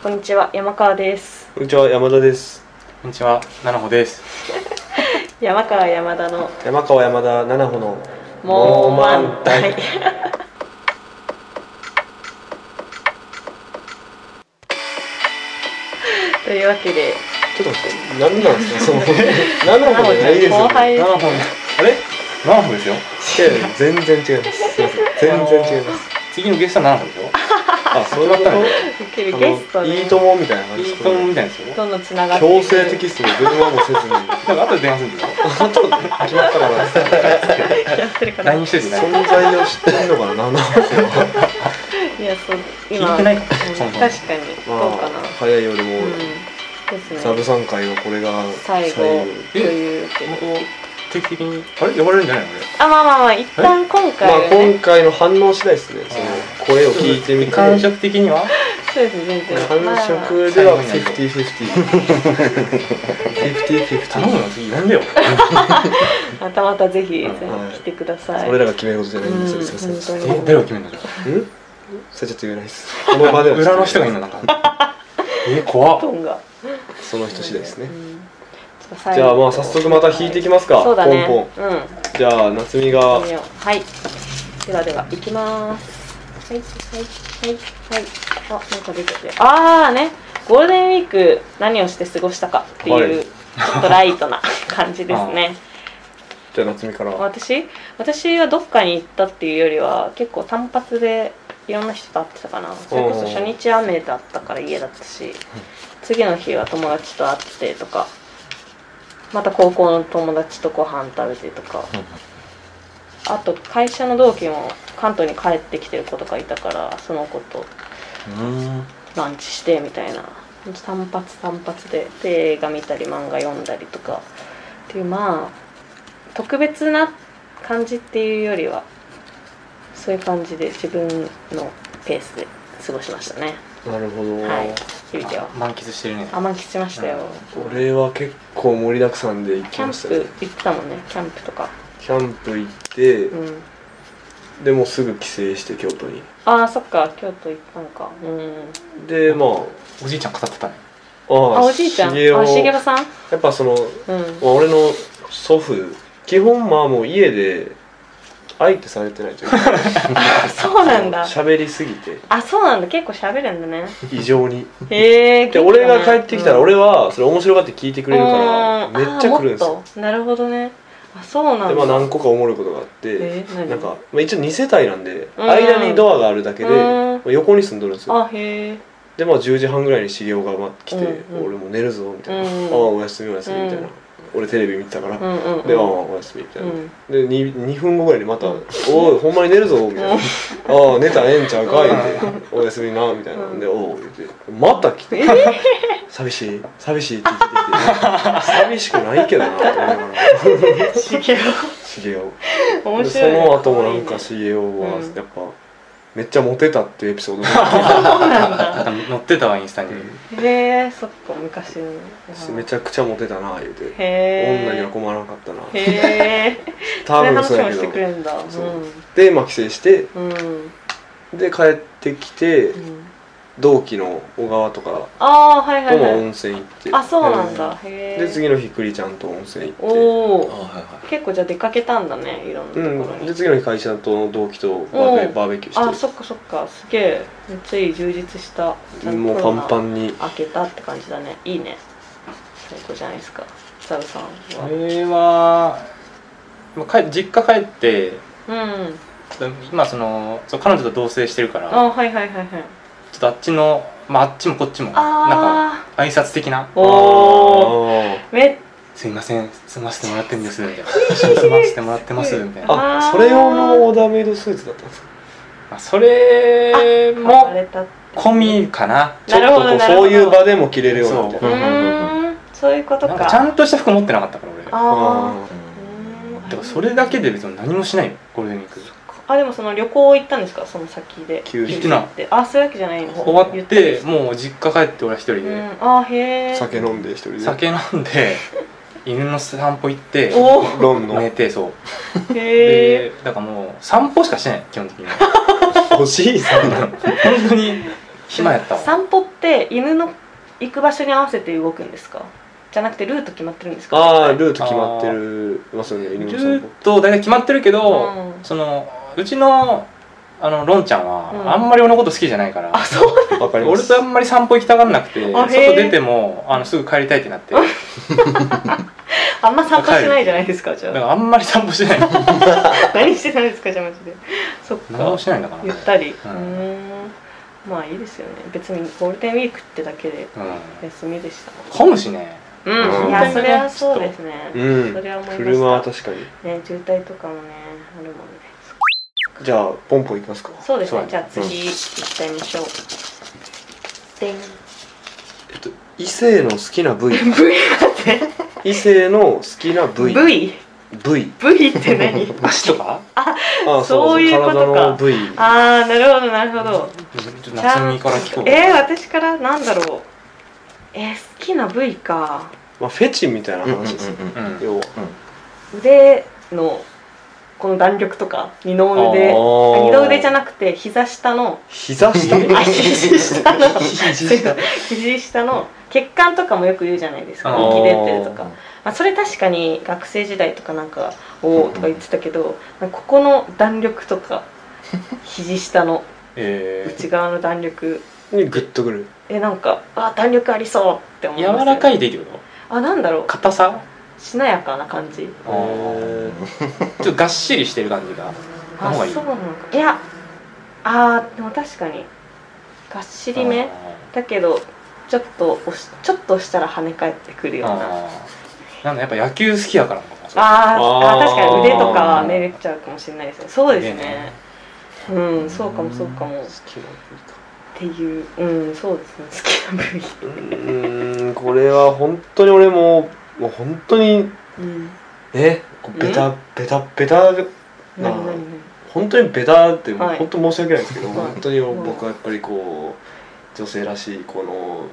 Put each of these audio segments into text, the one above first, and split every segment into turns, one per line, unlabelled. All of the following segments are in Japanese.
こんにちは山川です
こんにちは山田です
こんにちは、ななほです。
山川山田の
山川山田七穂の
もう
もう
満
満
体
体
というわけで
ちょっと待って何なんですか その七穂じゃないです
後
よ、
輩
ね、
ななほ、
あれ
ななほですよ。
違うよ全然違いますすいません全然違います
次のゲストはななほでしょ。
あそういうこと
受けるゲスト
あの
ね
いいともみたいな感じ
い
で
い
すか
と思みたいですよ。
どんどんつながってい
強
く
制的っすね電話もせずに
なんか後で電話するんですよ。
あと決まったから
やってるかな
LINE しといてない。
存在を知ってるのかな七穂はい
やそう今
聞いてないか
うん
そもそも
確かに
ま
どうかな、
あ早いよりも
うんですね
サブ3回はこれが
最後というわけで
本当定期的にあれ呼ばれるんじゃないの俺。
あまあまあまあ一旦今
まあ
回はね、
今回の反応次第ですねその声を聞いてみて
感触的には
そうですね全然
感触では5050 50-50
頼むよ次呼んでよ。
まあまたまたぜひ、
うん
来てください
俺らが決めることじゃないんです
う
よ
ん
すいませ
本
んん
当に
え誰を決めるのじゃあ。
それちょっと言えないですこの場では
裏の人がいいのなんか。 え怖っ。
トンが
その人次第ですね
うんちょっと最後
じゃあまあ早速また弾いていきますか
そうだね
ポンポン
うん
じゃあ夏美が
見ようはいではでは行きますはいはいはいはいあなんか出てくるああねゴールデンウィーク何をして過ごしたかっていう、
は
ちょっとライトな感じです ね
じゃあ夏美からは
私私はどっかに行ったっていうよりは結構単発でいろんな人と会ってたかなそれこそ初日雨だったから家だったし次の日は友達と会ってとかまた高校の友達とご飯食べてとかあと会社の同期も関東に帰ってきてる子とかいたからその子と
うん。
ランチしてみたいな単発単発でで映画見たり漫画読んだりとかっていうまあ特別な感じっていうよりはそういう感じで自分のペースで過ごしましたね
なるほど
はいゆりちゃんは
満喫してるね。
あ満喫しましたよ
俺は結構盛りだくさんで行
キ
き
ャン
ましたね
プ行ってたもんねキャンプとか
キャンプ行って
うん
でもうすぐ帰省して京都に
ああそっか京都行ったのかうん
でまあ
おじいちゃん語ってたね。
あ
あおじいちゃん
茂雄
あしげばさん
やっぱその
うん
まあ、俺の祖父基本まあもう家で相手されてないというか
あそうなんだ
喋りすぎて
あそうなんだ結構喋るんだ ね
異 常に
へえ
で俺が帰ってきたら俺はそれ面白がって聞いてくれるから
う
め
ーん
っちゃ来るんです
あーも
よ
っとなるほどねあそうなんだ
でまあ何個かおもろいことがあって
えー何
なんか、まあ、一応2世帯なんで
うん
間にドアがあるだけで
うん
まあ横に住んどるんですよ
あへえ
でまあ10時半ぐらいに茂雄がまあ来
う
て
んうん
俺もう寝るぞ」みたいな
うん
「ああおやすみおやすみ」みたい
うん
な俺テレビ見てたから
うんうんうん
で、ああ、おやすみみたいな。
うん
で2、2分後ぐらいにまた、
う
お
ん
い、ほんまに寝るぞみたいな。ああ、寝たらええんちゃうかいって、おやすみな、みたいな。
うん
で、おう、言って、また来て、 寂しい、寂しいって言ってきて、寂しくないけどな、と思いながら、
しげよ
しげお。
面
でそ
白いね
の後もな
可
ん
愛いね
かしげおは
うん、
やっぱ、めっちゃモテたってエピソード
そうなん
なん
だ
か乗ってたわインスタに。
へえそっか昔の
めちゃくちゃモテたな、言うて。
へえ
女には困らなかったな。
へえ
多分
そ
そうう
いう
や
話も
け
してくれ
ど。
るんだう
そうんで、まあ帰省して、
うん
で、帰ってきて、
うん
同期の小川とか
ああはいは
と
い
も
はい
温泉行って、
あそうなんだへえ
で次の日栗ちゃんと温泉行って
おお
は
結構じゃあ出かけたんだねいろんなと
う
ころ
ん
に
で次の日会社と同期とバーベ
うん
バーベキュ
あ
ーし
そっかそっかすげえめっちゃいい充実した
てもうパンパンに
開けたって感じだねいいね最高じゃないですかサルさん
こ
は
れは、まあ帰実家帰って。
うん
今そのそう彼女と同棲してるから
あはいはいはいはい
ちょっとあっちの、まあ、あっちもこっちもなんか
あ
挨拶的な
ーおお
あ
めっ
「すいません住ませてもらってるんです」みたいな「住ませてもらってます」みたい
ー
な、
あそれ用のオーダーメイドスーツだったんですか
まあ、それ
も
も
れたって
込みかな
ちょっとこう
なるほど
そういう場でも着れるようなみたいうな
ーんそういうこと
なん
か
かちゃんとした服持ってなかったから俺
あ
あ
ーうーん
でもそれだけで別に何もしないよゴールデンウィーク
あでもその旅行行ったんですかその先で
休日
行ってない
てあそういうわけじゃないんですね
終わ
ゆ
っ
り
てもう実家帰って俺は一人
うん
で、
あーへえ
ー酒飲んで一人で
酒飲んで犬の散歩行って
おお
ロン
寝
の
てそう
へえ
でだからもう散歩しかしてない基本的に
欲しいさ
本当に暇やったわ
散歩って犬の行く場所に合わせて動くんですかじゃなくてルート決まってるんですか
ああルート決まってるますよね犬
ル
の散
ート大体決まってるけど、
うん
そのうちのあのロンちゃんは、
うん
あんまり俺のこと好きじゃないから
あそう
歩わかりま
俺
す
とあんまり散歩行きたがんなくて
あ
外
へー
出てもあのすぐ帰りたいってなって
あんま散歩しないじゃないですかじ
だ
ゃ
か
あ
らあんまり散歩してない
何してたんですかじゃあマジでそっ
何
か
もしてないんだから
ゆったりう
うん
ーんまあいいですよね別にゴールデンウィークってだけで
うん
休みでした
混むしね
うん、
うん
いやそれはそうですね、
うん
それは思いました
車は確かに
ね渋滞とかもねあるもんね
じゃあポンポンいきますか
そうですね
そう
じゃ
だ
あ
ね
次行っちゃいましょう、でん
えっと異性の好きな部位
V だって
異性の好きな部位
V?
部位
V って何
足とか
ああ
そういうことか
体の部位
ああなるほどなるほど
夏美から聞こう
えー、私からなんだろうえー、好きな部位か
まあフェチみたいな
うんうんうん
話ですね
うん
要は
腕のこの弾力とか二の腕
あー
二の腕じゃなくて膝下の
膝下
あ肘下の
肘下
肘下の血管とかもよく言うじゃないですか
あ
浮
ー
き出てるとか、まあ、それ確かに学生時代とかなんか「おお」とか言ってたけど、まあここの弾力とか肘下の
え
内側の弾力
にグッとくる
えなんかあ弾力ありそうって思
ー
います
柔らか
い
いでいいってこ
あなんだろう
と硬さ
しなやかな感じ
えー
ちょっとがっしりしてる感じが
あ
の方がいい
そうなのかいやあーでも確かにがっしりめだけどちょっと押しちょっと押したら跳ね返ってくるような
あーなんだやっぱ野球好きやからなのかな
あーあー
あー
確かに腕とかはね出ちゃうかもしれないですねそうですねうんそうかもそうかもっ
好きな部位か
ていううんそうですね好きな部位
うーんこれは本当に俺ももう本当に
うん
ねこうベタベタベタ
何何
本当にベタって、もう
はい
本当申し訳ないですけど、
はい
本当に僕はやっぱりこう女性らしいこの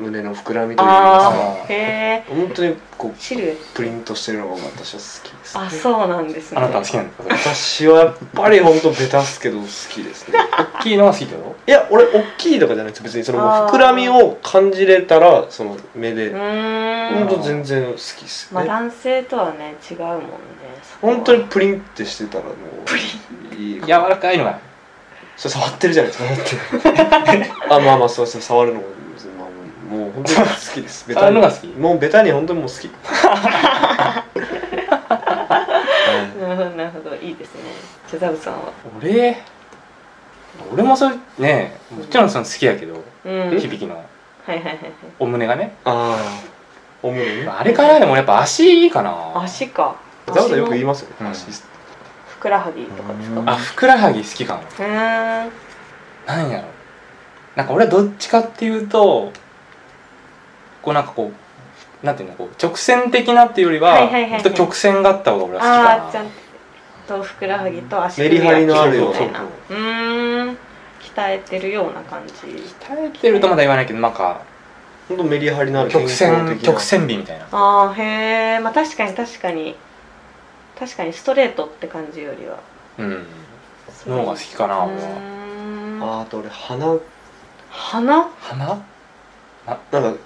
何うん
胸の膨らみというか
あーへえ
本当にこう
シルエッ
プリントしてるのが私は好きです、
トあそうなんですね
あなたは好きなんですか
私はやっぱり本当ベタっすけど好きですね
大きいのは好きだよ
いや俺大きいとかじゃなくて別にそのもう
あー
膨らみを感じれたらその目
う
で
ー
本
ん
当全然好きっす
まあ
ね
男性とはね違うもんねそこは
本当にプリンってしてたらもういい
柔らかいのが
それ触ってるじゃないですか だってあまあまあそうそう触るのも、まあ、もう本当に好 きですベ
触るのが好き
もうベタに本当にもう好きはい
なるほどなるほどいいですねじゃあザブさんは
俺俺もそれねもちろんその好きやけど
うんはい
響きの
はいはいはい
お胸がね
ああお胸ね
あれからでもやっぱ足かな
足か
ザワザワよく言い
ま
ますよね、
うん
足
ふくらはぎとかですか
あふくらはぎ好きかも
うーん
なんやろなんか俺はどっちかっていうとこうなんかこうなんていうのこう直線的なっていうよりは,、
はいはいはいはい
ちょっと曲線があった方が俺は好きか
あ
な
ーちゃんとふくらはぎと足
メリハリのある
よ
よ
う
う
な
な
うーん鍛えてるような感じ
耐えてるとまだ言わないけどなんか
本当メリハリのある
曲
健康
線
的な
曲線美みたいな
あーへえまあ確かに確かに確かにストレートって感じよりは
うんの方が好きかな
う
俺は
ーん
あーあと俺鼻
鼻
鼻
なんか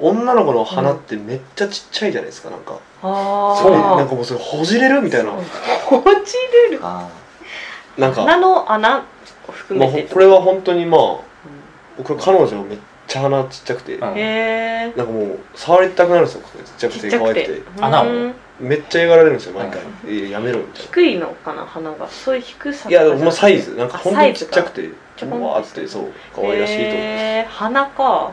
女の子の鼻ってめっちゃちっちゃいじゃないですかなんか、
あー
それなんかもうそれほじれるみたいな
落ちれる
あ
なんか、ま
鼻の穴を含
あ、
め
ほ
て
これは本当にまあ僕彼女めっちゃ鼻ちっちゃくて、
うん
うんへえ
なんかもう触りたくなるんですよちっちゃく
ちってちゃ
可
く
愛く
て
て
うん
穴を
めっちゃ言われるんですよ毎回
う
「いややめろ」みたいな
低いのかな鼻がそういう低さ
いやでもほんまサイズなんか
あ
ほんとにちっちゃくて
サイズか
うわーってそう可愛らしいと思う
へー鼻か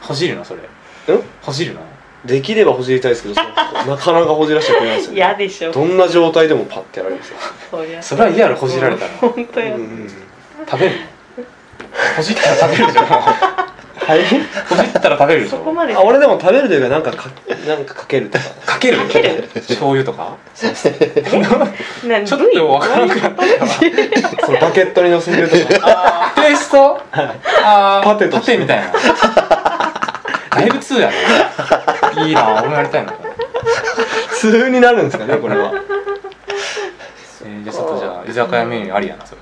ほじるのそれ
え
ほじるの
できればほじりたいですけどそうなかなかほじらしてくれないですよ
嫌
ね
でしょ
どんな状態でもパッてやられるんですよ
そりゃ
それは嫌やろほじられたら
本当
うん
よ、
うん
食べるほじったら食べるじゃん
はい
ほじったら食べるでし
そこ
ょ
まで
あ俺でも食べるというかなんかかなんかかけるとか
かける
かける
醤油とか
な
ちょっとわからなくなってきたな
そのバケットに乗せるとか
あーペーストあー
パテと
パ
して
テみたいなだいぶ通やねいいな俺もやりたいな、
普通になるんですかねこれは
えー、じゃあちょっとじゃあ居酒屋メニューありやなそれ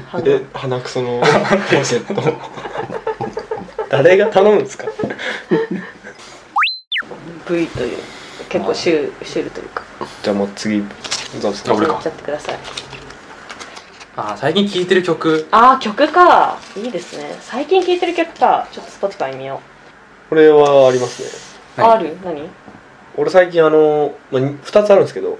鼻
え鼻くそのポケット誰が頼むんですか
V という結構シュールシュールというか
じゃあもう次ザブさ
あ
ん
俺か
やっちゃってください
あー最近聴いてる曲
ああ曲かいいですね最近聴いてる曲かちょっと Spotify 見よ
これはあります
う、
ね
はい
ある何うん
俺最近あの、まあ、に2つあるんですけど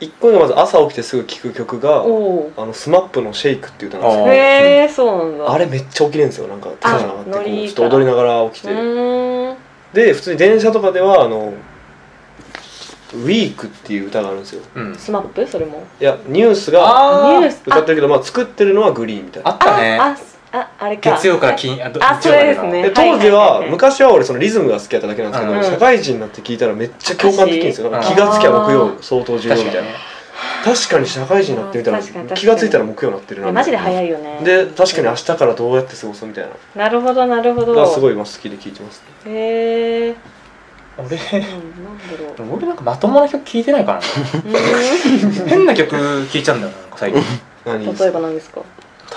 1個目がまず朝起きてすぐ聴く曲が
お
あのスマップの「シェイクっていう歌なんです
お
け
あー
へえそうなん
ど
だ
あれめっちゃ起きれんですよなんかテンション上がって
あ
こう
ノリいい
ちょっと踊りながら起き
う
て
ーん
で普通に電車とかではあの「ウィークっていう歌があるんですよ
うん
スマップそれも
いやニュースが
あー
ニュース
歌ってるけどまあ作ってるのはグリーンみたい
あ
な
ったね
あああれか
月曜から金あど
あ
日曜まの
そうですね
で当
はいはいはい
時は
はい
昔は俺そのリズムが好きやっただけなんですけど、
うん
社会人になって聞いたらめっちゃ共感できるんですよなんか気がつきゃ木曜相当重要み
確
た
か
い
に
な
ね
確かに社会人になってみたら
うん確かに確かに
気がついたら木曜になってるな
えマジで早いよね
で確かに明日からどうやって過ごすみたいな
なるほどなるほど
がすご
い
い今好きで聞いてます
へえう
俺
んなんだろう
俺なんかまともな曲聴いてないか
うー
な変な曲聴いちゃうんだよななんか最近
何
ん例えば何ですか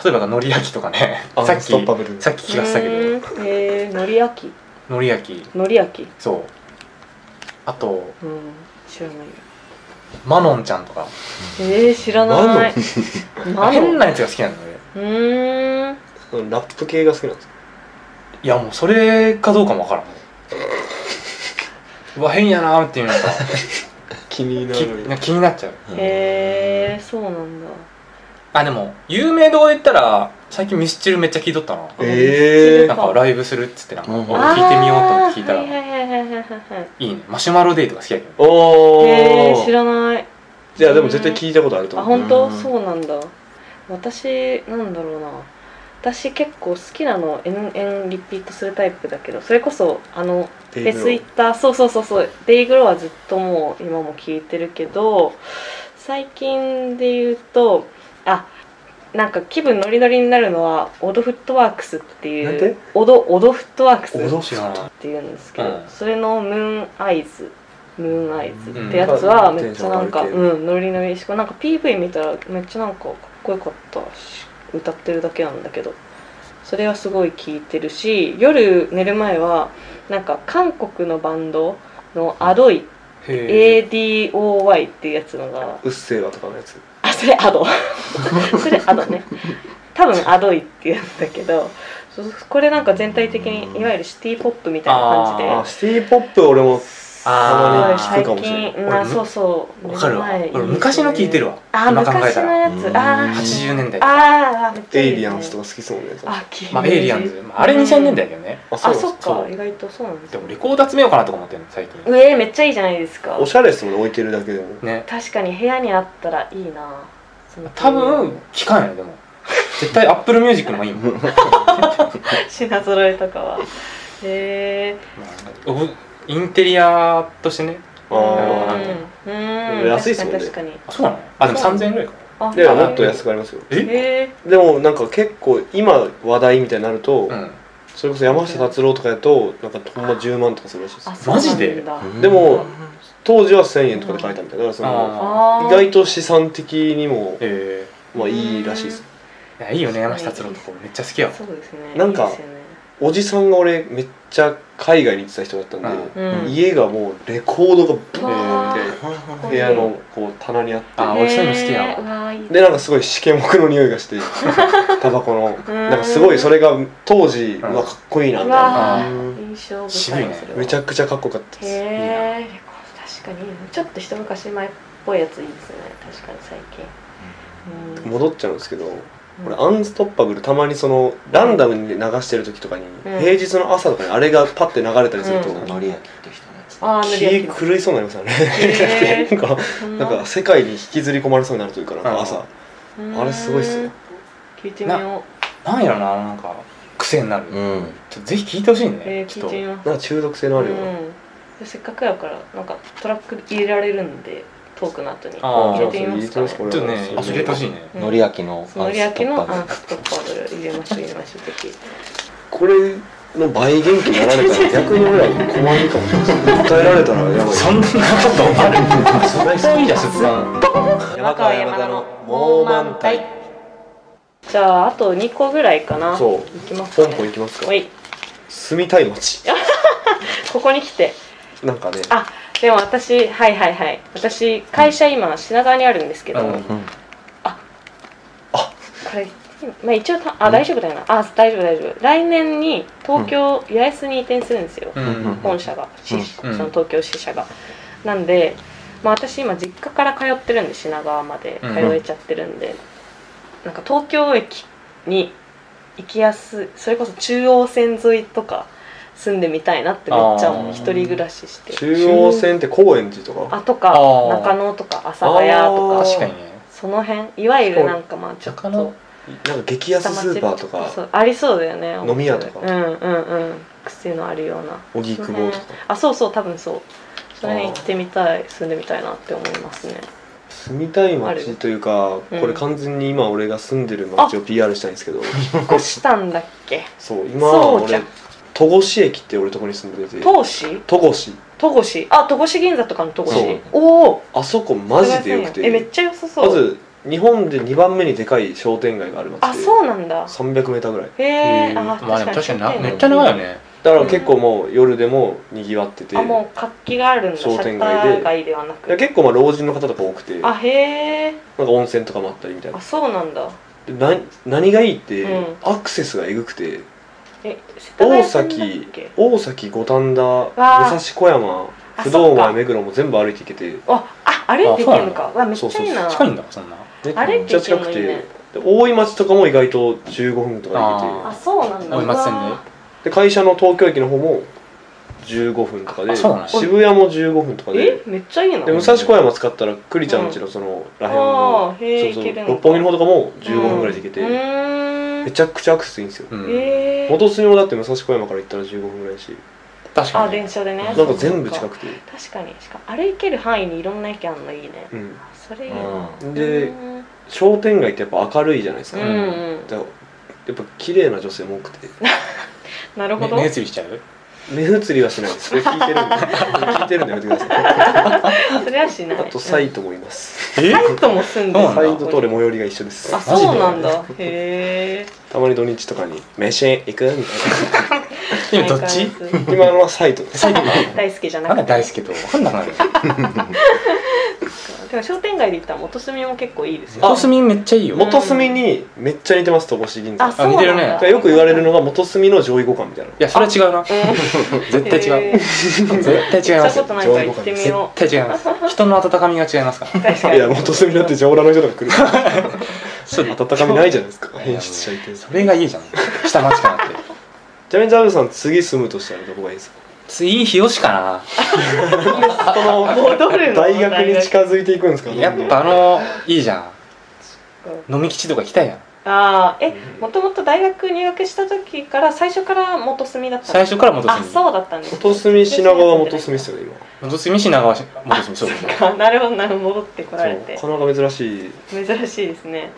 例えばのりやきとかね
あ
さっ
ストッパブル
きさっき聞かせたけど
どへえのりあき
のりやき
のりあき
そうあと
うん知らないよ
マノンちゃんとか
えー、知らないマノ
変なやつが好きなんだよ俺
うーん
そのラップ系が好きなんです
いやもうそれかどうかもわからんうわ変やなーっていうのが
気にな
き
る
な気になっちゃう
へえー、そうなんだ
あでも有名どこで言ったら最近ミスチルめっちゃ聴いとったな
ええ
なんかライブするっつってなんか
う
俺聴い
ん
てみようと思って聴いた
あーはい
ら
はいはいはいはいはい
いいねマシュマロデイとか好きやけど
おお、
えー、知らない
いやでも絶対聞いたことあると
あ
思う
本当
うん
そうなんだ私なんだろうな私結構好きなの延々リピートするタイプだけどそれこそあの
フ
フェス行ったそうそうそうそうデイグローはずっともう今も聞いてるけど最近で言うとあなんか気分ノリノリになるのはオドフットワークスって
なん
い
て
うオドオドフットワークス
オド
っ
フット
ていうんですけ
う
ど
ん
それのムーンアイズムーンアイズってやつ
う
は
ん
めっちゃなんか
テンション上がる
う
系
んノリノリしかもなんか PV 見たらめっちゃなんかかっこよかったし歌ってるだけなんだけどそれはすごい聴いてるし夜寝る前はなんか韓国のバンドのアドイ、
へえ
ADOY っていうやつのが
うっせーわとかのやつ
あそれア ドそれアドね多分アドイっていうんだけどそうこれなんか全体的にいわゆるシティポップみたいな感じで
あシティポップ俺も
あー
たまに聞くかもしれない
最近うんあ
俺む
そうそう
わかるわ
寝前いいですね
俺昔の聴いてるわ
あ
今考え
昔
た
の
ら
や
う
つ
ん
あー
80年代
あーめっちゃいいで
エ
す
イ
ね
リアンズとか好きそうね
あ聞いて
まあ、エイリアンズ、まあ、あれ2000年代だよね、
あ
あ
なんで
そ
す
っ
そ
か
う
意外とそうなんです
でもレ
ね
コード集めようかなとか思ってるの最近
うえーめっちゃいいじゃないですか
おしゃれですもんね置いてるだけでも
ね
確かに部屋にあったらいいなその
多分聞かんよねでも絶対アップルミュージックの方がいいもん、ま
品揃えとかはへえ
あオブインテリアとしてね
あー
なるほどね
うん
でも安いっすもんね
確かに
あそうなのあでも3000円ぐらいか
確かに
でももっと安
く
くありますよ
え
へ
でもなんか結構今話題みたいになると、
うん
それこそ山下達郎とかやとなんかほんま10万とかするらしいです
ーあ
よ
そうなんだ
マジで
うん
でも当時は1000円とかで買えたみたいなだからその
あ
あー
意外と資産的にも
え
まあいいらしいです
えいやいいよね山下達郎のとこめっちゃ好きやわ
そうですね
なんか
いいですよね
おじさんが俺めっちゃ海外に行ってた人だったんで、
うん
家がもうレコードがブ
う
ーン
わー
って部屋のこう棚にあっ
あ俺そういうの好きやわ
へーうわーいい
てでなんかすごいしけもくの匂い がしてタバコの
ん
なんかすごいそれが当時、う
うん
わかっこいいな
う
みたいな
わ
う
ー印象
渋
深
い
い
ね
それは
めちゃくちゃかっこよかったです
へえ確かにちょっと一昔前っぽいやついいですね確かに最近
戻っちゃうんですけど俺アンストッパブルたまにそのランダムに流してる時とかに、平日の朝とかにあれがパッて流れたりすると、
う
のりやきって人のやつ
ああー塗り
気
焼き
狂いそうになりますよね
へ
なんか
そん
なんか世界に引きずり込まれそうになるというかなんか朝
うん
あれすごいっすね
聞いてみよ
なんやろななんか癖になる、
うん
ちょっとぜひ聞いてほしいう
え
ね
ー
ち
聞い
ょっと
てみよう
なんか中毒性のあるような、
うんせっかくやからなんかトラック入れられるんでトークの後に
あー
入れてみますかね
入れてみ
ちょっとねあ入れてほしいね
うん
のりやきの
のり焼きの
あ
アンストッパード入れましょう入れましょうぜひ
これの倍元気になられたら逆に俺ら困るかもしれない訴えられたらやば い
そんなことあるそれそういいじゃん出版
山川山田の猛満隊じゃああと2個ぐらいかな
そう
いきますか
香
ね
港行きますか
はい
住みたい街
ここに来て
なんかね
あでも私はいはいはい私会社今品川にあるんですけど、
うん
うん
これ、まあ、一応たあ大丈夫だよな、あ大丈夫大丈夫来年に東京八重洲に移転するんですよ、
うんうん
本社が、支そ
うん
の東京支社が、なんで、まあ、私今実家から通ってるんで品川まで
うん
通えちゃってるんで、なんか東京駅に行きやすいそれこそ中央線沿いとか住んでみたいなってめっちゃ思
あ
う
ー
一人暮らしして
中央線って高円寺とか
あとか
あー
中野とか阿佐ヶ谷と
あ
か
ー
確かにね
その辺いわゆるなんかまあちょっ
中
と
な
野
んか激安スーパーと
そ
か
うありそうだよね
飲み屋とか
うんうんうん癖のあるような
荻窪とか
あそうそう多分そうその辺行ってみたい住んでみたいなって思いますね
住みたい街というか
うん
これ完全に今俺が住んでる街を PR したいんですけど
引っ越したんだっけ
そう今
そうじゃ
俺
ん
戸越駅って俺とこに住んでて戸
東市
越
戸越あ戸越銀座とかの戸
そう
越おお
あそこマジでよくて
えめっちゃ良さそう
まず日本で2番目にでかい商店街がある街で
あそうなんだ
300m ぐらい
へ
へ
え
ー
あ
まあでも確かにな
そうだ
めっちゃ長いよね
だから結構もう夜でもにぎわってて
あもう活気があるんだシ
商
ャ
店
ッタ
街で
ー街ではな
で
く
結構まあ老人の方とか多くて
あ
なんか
へえ
温泉とかもあったりみたいな
あそうなんだ
でな何がいいって、
うん
アクセスがえぐくて
え世田
大
谷線だっ
崎
け
大崎五反田
ー
武蔵小山
あ
不動
そっか
前目黒も全部歩いていけて
ああ歩いていけるのかわめっち
そう
ゃ
そう
いいな
近いんだそんな
めっ
歩い
ち
て
ゃ
いける
近
の
く
いい
て
ね
で大井町とかも意外と15分とかで行
あ
け
そうなんだ
大井松線で
うわ
てで会社の東京駅の方も15分とかで
あそうなの
渋谷も15分とかで
えめっちゃいいの
で
も
武蔵小山使ったら栗ちゃんちのそのらへんの
あーへえ
そう
い
そ
け
う
る
六本木の方とかも15分ぐらいで行け
う
て
ーん
めちゃくちゃアクセスいいんですよ
うん
えー
元住もだって武蔵小山から行ったら15分ぐらいし
確か
あ
にね
電車でね
なんか全部近くて
確かにしかも歩ける範囲にいろんな駅あんのいいね
うん
それいいな
う
で
うん
商店街ってやっぱ明るいじゃないです
う
か、
ん
だか
うん
らやっぱ綺麗な女性も多くて
なるほ
ね
ど
目移りしちゃう
目移りはしないですそれ聞いてるんで 聞いてるんでやめてください
それはしない
あとサイトもいます
え
サイトも住んで
そうなんだ
サイトと俺最寄りが一緒です
あそうなんだへえ
たまに土日とかに「飯行く?」みた
今どっち
相変わらず
いな今のはサイトです
最近
大好きじゃな
なん
く
か
て
大好きと分かんなくなる
でも商店街で言ったら元住も結構いいですよ
元住めっちゃいいよ
元住にめっちゃ似てます戸越銀座
あそうなんだ
あ似てるね
だからよく言われるのが元住の上位互換みたいない
やそれは違うな絶対違う
う
絶対違
行
いま
った
す
こ
よ
とないから行ってみよ
絶対違います人の温かみが違いますから
う確か
い
に
や元住だって上羅の人とか 来るから
そう
温かみないじゃないですか
いや
変質者いてち
それがいいじゃん下町か なって
なみにザブさん次住むとしたらどこがいいですか
次日吉か
戻るの
大学に近づいていくんですか
な
どんど
や
ん
っぱあのいいじゃん飲み吉とか行きたいやん
ああえもともと大学入学した時から最初から元住だった
最初から元
あ
住
そうだったんです
元住品川元住ですよね今
元住品川市元住そうそう
あなるほどなるほど戻ってこられて
そうなかなか珍しい
珍しいですね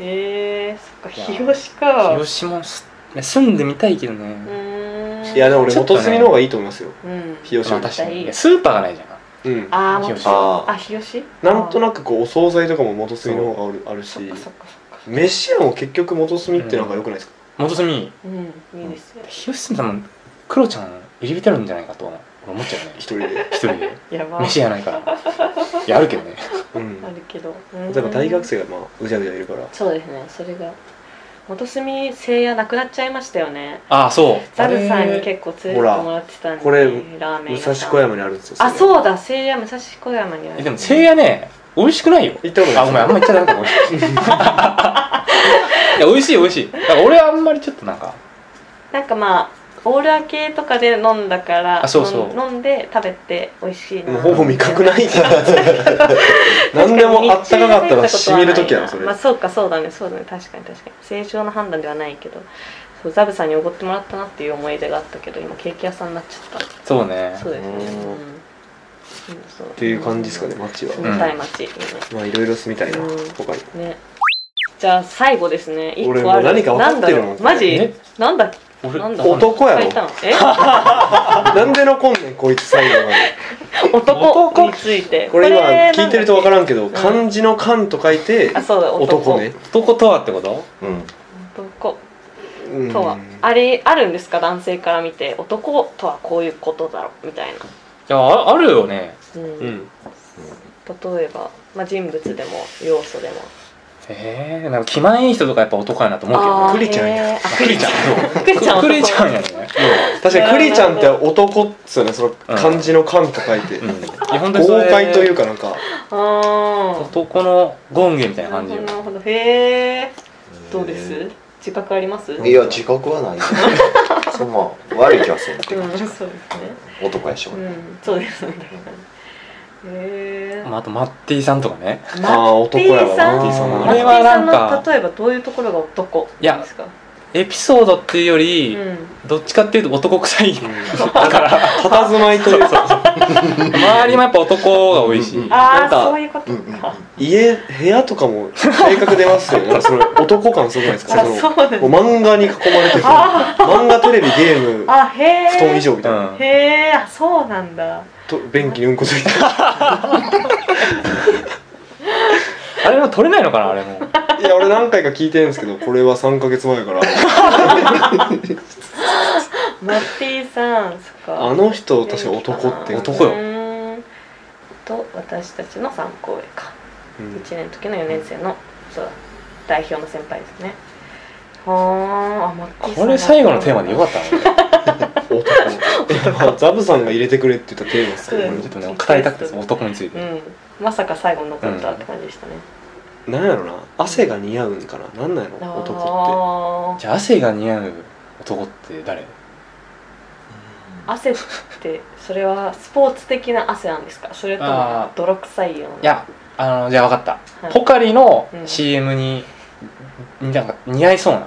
へえー、そっか
いや
日吉か
日吉もす住んでみたいけど
う
ね
ーん
いやでも俺
ちょっとね
元住の方がいいと思いますよ
うん
日吉よ
まあ
り
確かにスーパーがないじゃん
うん
あー
日
日
吉
吉ああ日吉
なんと
く
なくこうお惣菜とかも元住の方があるある
そっ
し
かそっかそっか
飯屋も結局元住ってなんか良くないですか
元住
うんいいですよ
日吉住んだもんクロちゃん入り浸るんじゃないかと俺思っちゃうね
一人で
一人 で
やば
飯やないからいやあるけどね
うん
あるけど例
例えば大学生がまあうじゃうじゃいるから
そうですねそれが元住聖夜なくなっちゃいましたよね
ああそう
ザルさんに結構連れてってもらってたんで
ほら
ラ
こ
ーメン
武
屋さん
蔵小山にあるんですよ
あ
う
そうだ聖夜武蔵小山にあ
え
る
でもせいやね美味しくないよ
行ったことない
あごめんあんま言っちゃダメかもいや美味しい美 味しいだから俺はあんまりちょっとなんか
なんかまあオーラ系とかで飲んだから
あそうそう
飲ん飲んで食べて美味しい
も
な
うほぼ味覚ないから何でもあったかかったらしみる時や
な
なそれ
まあそうかそうだねそうだね確かに確かに正常な判断ではないけどそうザブさんにおごってもらったなっていう思い出があったけど今ケーキ屋さんになっちゃっ
そうね
たそうですね
うん
うんうんそう
っていう感じですかね街は
住みたい街、いいね
まあいろいろ住みたいな
うん
他に
ねじゃあ最後ですね一個ある
俺もう何か分かってるもん
なんだろうマジ
え
なんだ
俺
なんだ
男や
書いた
ろ
のえ
なんで残んねんこいつ最後 まで
男について
これ今
なんだ
聞いてると分からんけど漢字の漢と書いて
あそうだ
男ね
男とはってこと
うん
男
うん
とはあれあるんですか男性から見て男とはこういうことだろうみたいな、
やああるよね
うん
うん
例えば、まあ、人物でも要素でも
えー、なんか気前いい人とかやっぱ男やなと思うけど
あ
ね
クリちゃんや
へーあ
クリちゃんそう
クリちゃん
クリちゃん
男
やね
確かにクリちゃんって男っすよねその漢字の漢と書いて、
うんいや本当にそれ
豪快というかなんか
あ
男のゴンゲみたいな感じ
ー
よ
なるほどへえどうです自覚あります
いや自覚はないそんな悪い気はせんって
う
感
ん
じ、
そうですね
男やし
う
俺、
んそうですねへえ
まあ、あとマッティさんとかね
ああ男や
マ
わ
ッ
マッ
テ
テ
ィ
ィ
さ
さ
ん
んは
あ
マッ
れ
テ
ね
は
ィさん
なん
の
か
例えばどういうところが男なんですか
エピソードっていうよ
う
り、
ん
どっちかっていうと男臭い
だから佇まいというか
周りもやっぱ男が多いし、
うんうん
あ
な
あ
ん
そう
か
いうこと
うんうんうん
か
家部屋とかも性格出ますよねなんかその男感すごくないですか
あ
その
そうです
もう漫画に囲まれてる
あ
漫画テレビゲーム
あへえ
布団以上みたいな、
うん
へえあそうなんだ
と便器にうんこついて
あれも取れないのかなあれも
いや俺何回か聞いてるんですけどこれは3か月前から
マッティさんそっか
あの人確か男って
男よ
うーんと私たちの3校上か
うん
1年の時の4年生のそうだ代表の先輩ですねはーあマッキーさん
これ最後のテーマでよかったね
男ザブさんが入れてくれって言ったテーマですけど
う
俺
ん
ちょっとね語りたくてその男について、
うんまさか最後に残ったって感じでしたね、
なんやろな汗が似合うんかななんなんや
あ
ろ男っ
っ
て
て
じゃあ汗が似合う男って誰
汗ってそれはスポーツ的な汗なんですかそれとも
あー
泥臭いようない
やあのじゃあ分かった、
はい
ポカリの
うん
CM に、なんか似合いそうな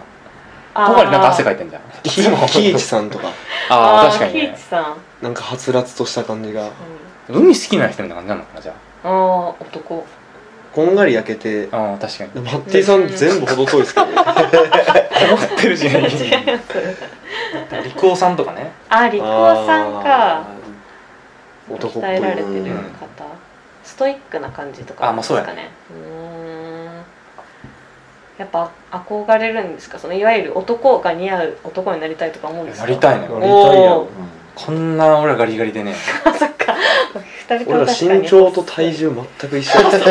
あー
ポカリなんか汗かいて んじゃん
キキイチさんとか
ああ
あ
確かに
キイ
ね
チさん、うん、
なんかはつらつとした感じが
海好きな人みたいな感じなのかなじゃ
ああ男
こんがり焼けて
ああー確かに
マッティさん全部程遠いですけ どね
思ってるし
違いま
ね
す
陸王さんとかね
あリコさんか
あー男っぽ
鍛えられて
い
る
うん
方、ストイックな感じとか
あまあそうや
ですかねうーんやっぱ憧れるんですかそのいわゆる男が似合う男になりたいとか思うんですか
なりたい
ね
の
な
よ
りたいやん
お
こんな俺らガリガリでね
あそっか2人とも
俺ら
確かに
身長と体重全く一緒です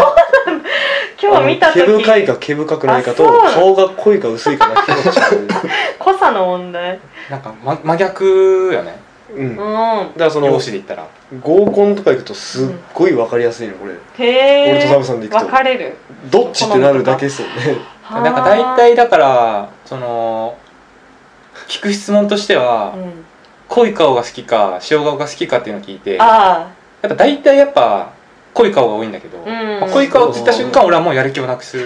今日見た
あの毛深い
時
か毛深くないか
あ
と
そうなの
顔が濃いか薄いかだけの違い
濃さの問題
なんか、ま、真逆よね
うん
うん
だからその
容姿で言ったら
合コンとか行くとすっごい分かりやすいのこれ
へ
俺とザブ
え
さんで行く
分
と
かれる
どっちってなるだけですよね
なんか大体だからその聞く質問として
あ
は
ー、うん、
濃い顔が好きか塩顔が好きかっていうのを聞いてやっ
あ
ぱ大体やっぱ濃い顔が多いんだけど、
ん
まあ濃い顔って言った瞬間俺はもうやる気をなくす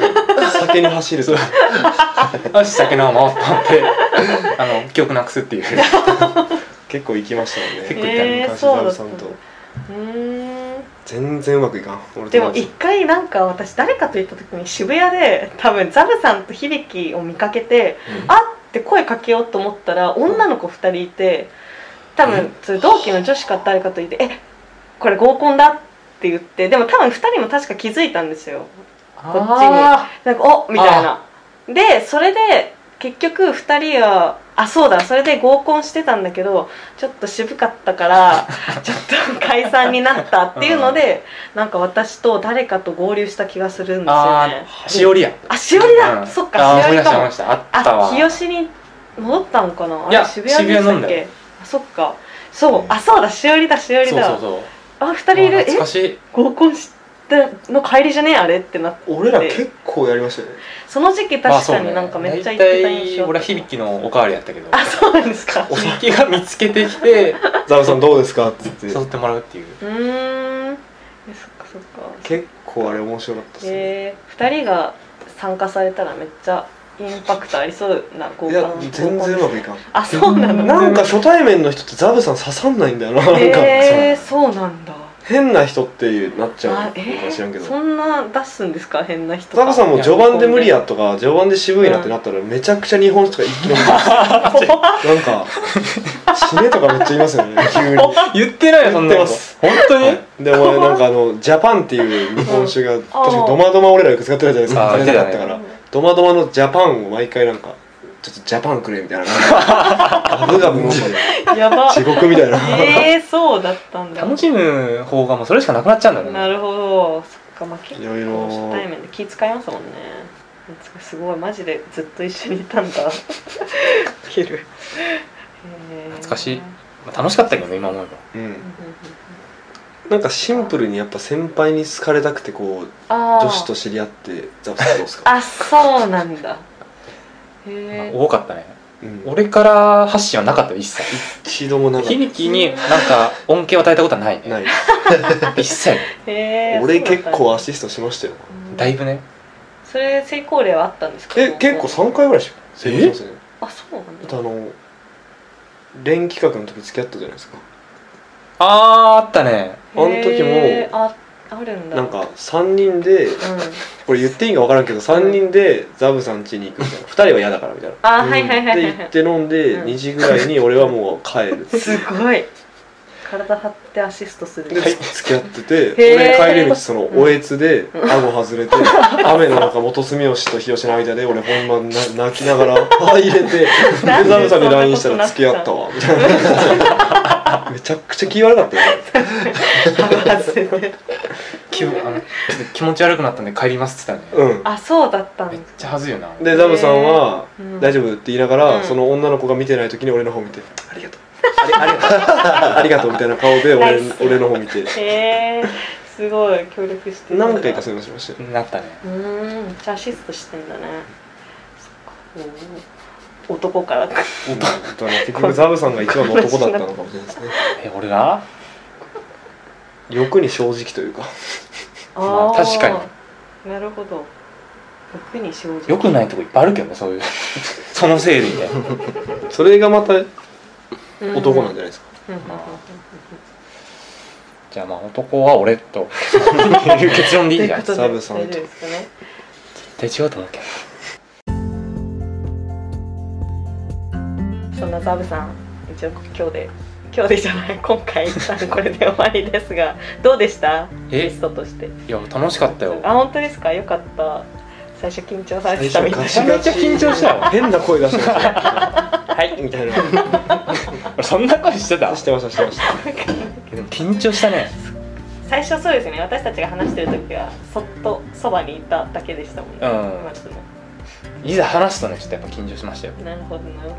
酒に走ると
よし酒のままと思ってあの記憶なくすっていう
結構行きましたもんね
結構行った
へ
ね
ー
昔
そう
ザ
だ
ブ
った
さんと
ーうーん
全然うまくいかん俺
で
と
も
ザブ
一
さん
回なんか私誰かと行った時に渋谷で多分ザブさんと響きを見かけて、
うん
あっって声かけようと思ったら女の子2人いて多分それ同期の女子か誰かといて「えこれ合コンだ」って言ってでも多分2人も確か気づいたんですよこっちになんか「おみたいなでそれで結局2人はあそうだそれで合コンしてたんだけどちょっと渋かったから ちょっと解散になったっていうので、なんか私と誰かと合流した気がするんですよ
あ
ね
あしおりや
あしおりだ、
うん
そっ
あ
か
ー
しお
思い
り
出した
か
思い
も
出したあったわ
あ日吉に戻ったのかなあ
いや
れ渋谷でし
渋谷
た
飲ん
っ
だ
け
よ
あそっかそうあそうだしおりだしおり
そうそう
だ
そう
あ二人いる
あー
え
懐かしい
合コンしたの帰りじゃねえあれってなって
俺ら結構やりましたよね
その時期
まあ
確
そう
か
ね
になんかめっちゃ行ってた印
大体
象
俺は響きのおかわりやったけど
あそうなんですか
響きが見つけてきて
ザブさんどうですかって言って
誘ってもらうっていう
うーんえそっかそっか
結構あれ面白かったっすね
えー、2人が参加されたらめっちゃインパクトありそうな豪
い
華な
や全然うまくいかん
あそうなの
なんか初対面の人ってザブさん刺さんないんだよななんか
えー、そうなんだ
変な人ってなっちゃ
あ
う
え
のか知らんけ
ー、
ど
そんな出すんですか変な人
ザブさんも序盤で無理
や
やとか序盤で渋いなってなったらめちゃくちゃ日本酒とか一気 に飲むなんか死ねとかめっちゃ言いま すよね急に
言ってないよそんな
言
こ
って
と
ます
本当に、
でお前なんかあのジャパンっていう日本酒が確かにドマドマ俺らよく使ってたじゃないですか
あー
金なかったか
言
ら
ってた
ドマドマのジャパンを毎回なんかちちょっとジャパンくれみたいな 感じでガブガブ飲んで
やば
地獄みた いな
ええそうだったんだ
楽しむ方がもうそれしかなくなっちゃうんだね
なるほどそっかまあ結
いろいろ
構初対面で気遣いますもんねすごいマジでずっと一緒にいたんだウケる
懐かしい
うん
まあ楽しかったけどね今思えば
うん
うんうんうん
なんかシンプルにやっぱ先輩に好かれたくてこう
あー
女子と知り合ってザブさんどうですか
あそうなんだへ
まあ
え、
多かったね
うん
俺から発信はなかったよ一切
一度もなかっ
響きになんか恩恵を与えたことはない
た
ね
ない
一切
へえ
俺結構ア
そ
シストしましたよ
うなんだ
だいぶね
それ成功例はあったんですか
え結構3回ぐらいしか成功してますね
あそうなん
あ
だ
とあの連企画の時付き合ったじゃないですか
あーあったね
あの時も
へーああるんだ
なんか3人で
うん
これ言っていいか分からんけど3人でザブさん家に行くみたいな2人は嫌だからみたいな
あ
うん
はいはいはいは
で
いは
行っ
い
て飲んで
うん
2時ぐらいに俺はもう帰 る
すごい体張ってアシストする
で 付き合ってて
へ
俺
ー
帰り道そのおえつで顎外 れて雨の中元住吉と日吉の間で俺ほんまな泣きな がら歯入れてで
なん
ザ
で
ブさんに LINE し
そ
た
んな
ら
こと
付き合ったわみたい なめちゃくちゃ気悪かったよ
はずで
気分あのちょっと気持ち悪くなったんで帰りますって言った
う
ね
あそうだったん
めっ
だ
ちゃはずいよな
でザブさんは
うん
大丈夫って言いながら、
うん
その女の子が見てない時に俺の方見てありがとうありありありがとうみたいな顔で
ナ
俺
イス
俺の方見て
へえすごい協力してる
何回かそういうのしましたよ
なったね
うーんめっちゃアシストしてんだねそっかおー男から
うんだから結局ザブさんが一番の男だったのかもしれないです ね
え俺が
欲に正直というか
まあ確かに
になるほど欲に正直
良くないとこいっぱいあるけどねそういう そのせいでみたいな
それがまた男なんじ
で
ゃないですか、
じゃあまあ男は俺という結論でいいんじゃ ない
とサブさんと
大丈夫ですかね
絶対違うと思うけど
そんなザブさん一応今日で今日でじゃない今回一旦これで終わりですがどうでしたゲ
え
ストとして
いや楽しかったよ
あ本当ですかよかった最初緊張されてたみたい
最
めちゃめちゃ緊張したわ
変な声出してましたよ
はい
みたいな
俺そんな声してた
してましたしてました
でも緊張したね
最初そうですね私たちが話してる時はそっとそばにいただけでしたもんね、
うん
今ちょっとね
いざ話すとねちょっとやっぱ緊張しましたよ
なるほどなるほ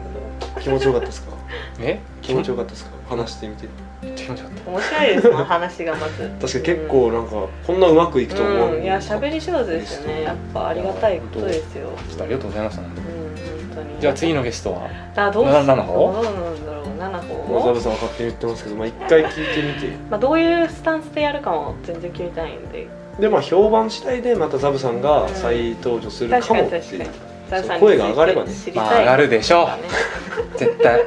気持ちよかったですか
え
気持ちよかったですか話してみて
めっちゃ気持ちよかった
ど面白い ですね話がまず
確かに結構なんかこんなうまくいくと思う、
うん、いや喋り上手ですよねやっぱありがたいことですよ
ちょっとありがとうございました本当
う
に
ん本当に
じゃあ次のゲストは
あどう
な七歩
どうなんだろう七
まあザ
歩
ブさんは勝手に言ってますけど、まあ、一回聞いてみて
まあどういうスタンスでやるかも全然決めたいんで
でまあ評判次第でまたザブさんが再登場するかもって
確か
い
に
う
確ザブさんに
声が上がればね
ついて知り
ま
たい
あ上がるでしょ
がね
う絶対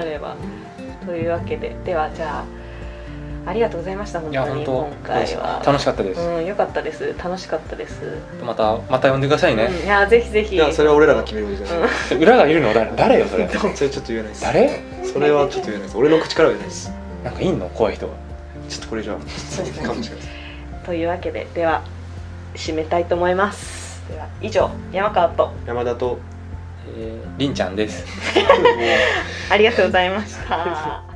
あればというわけでではじゃあありがとうございました本
いや
当
本
に
当
今回は
楽しかったです
うん良かったです楽しかったです
またまた呼んでくださいね
うんいやぜひぜひ
いやそれは俺らが決めることじゃない、
裏がいるの誰誰よそれ
それちょっと言えないです
誰
それはちょっと言えないです俺の口からは言えないです
なんかいんの怖い人が
ちょっとこれじゃ
そうですね
あ勘弁してください
というわけででは締めたいと思いますでは以上山川と
山田と
えーりんちゃんです
ありがとうございました。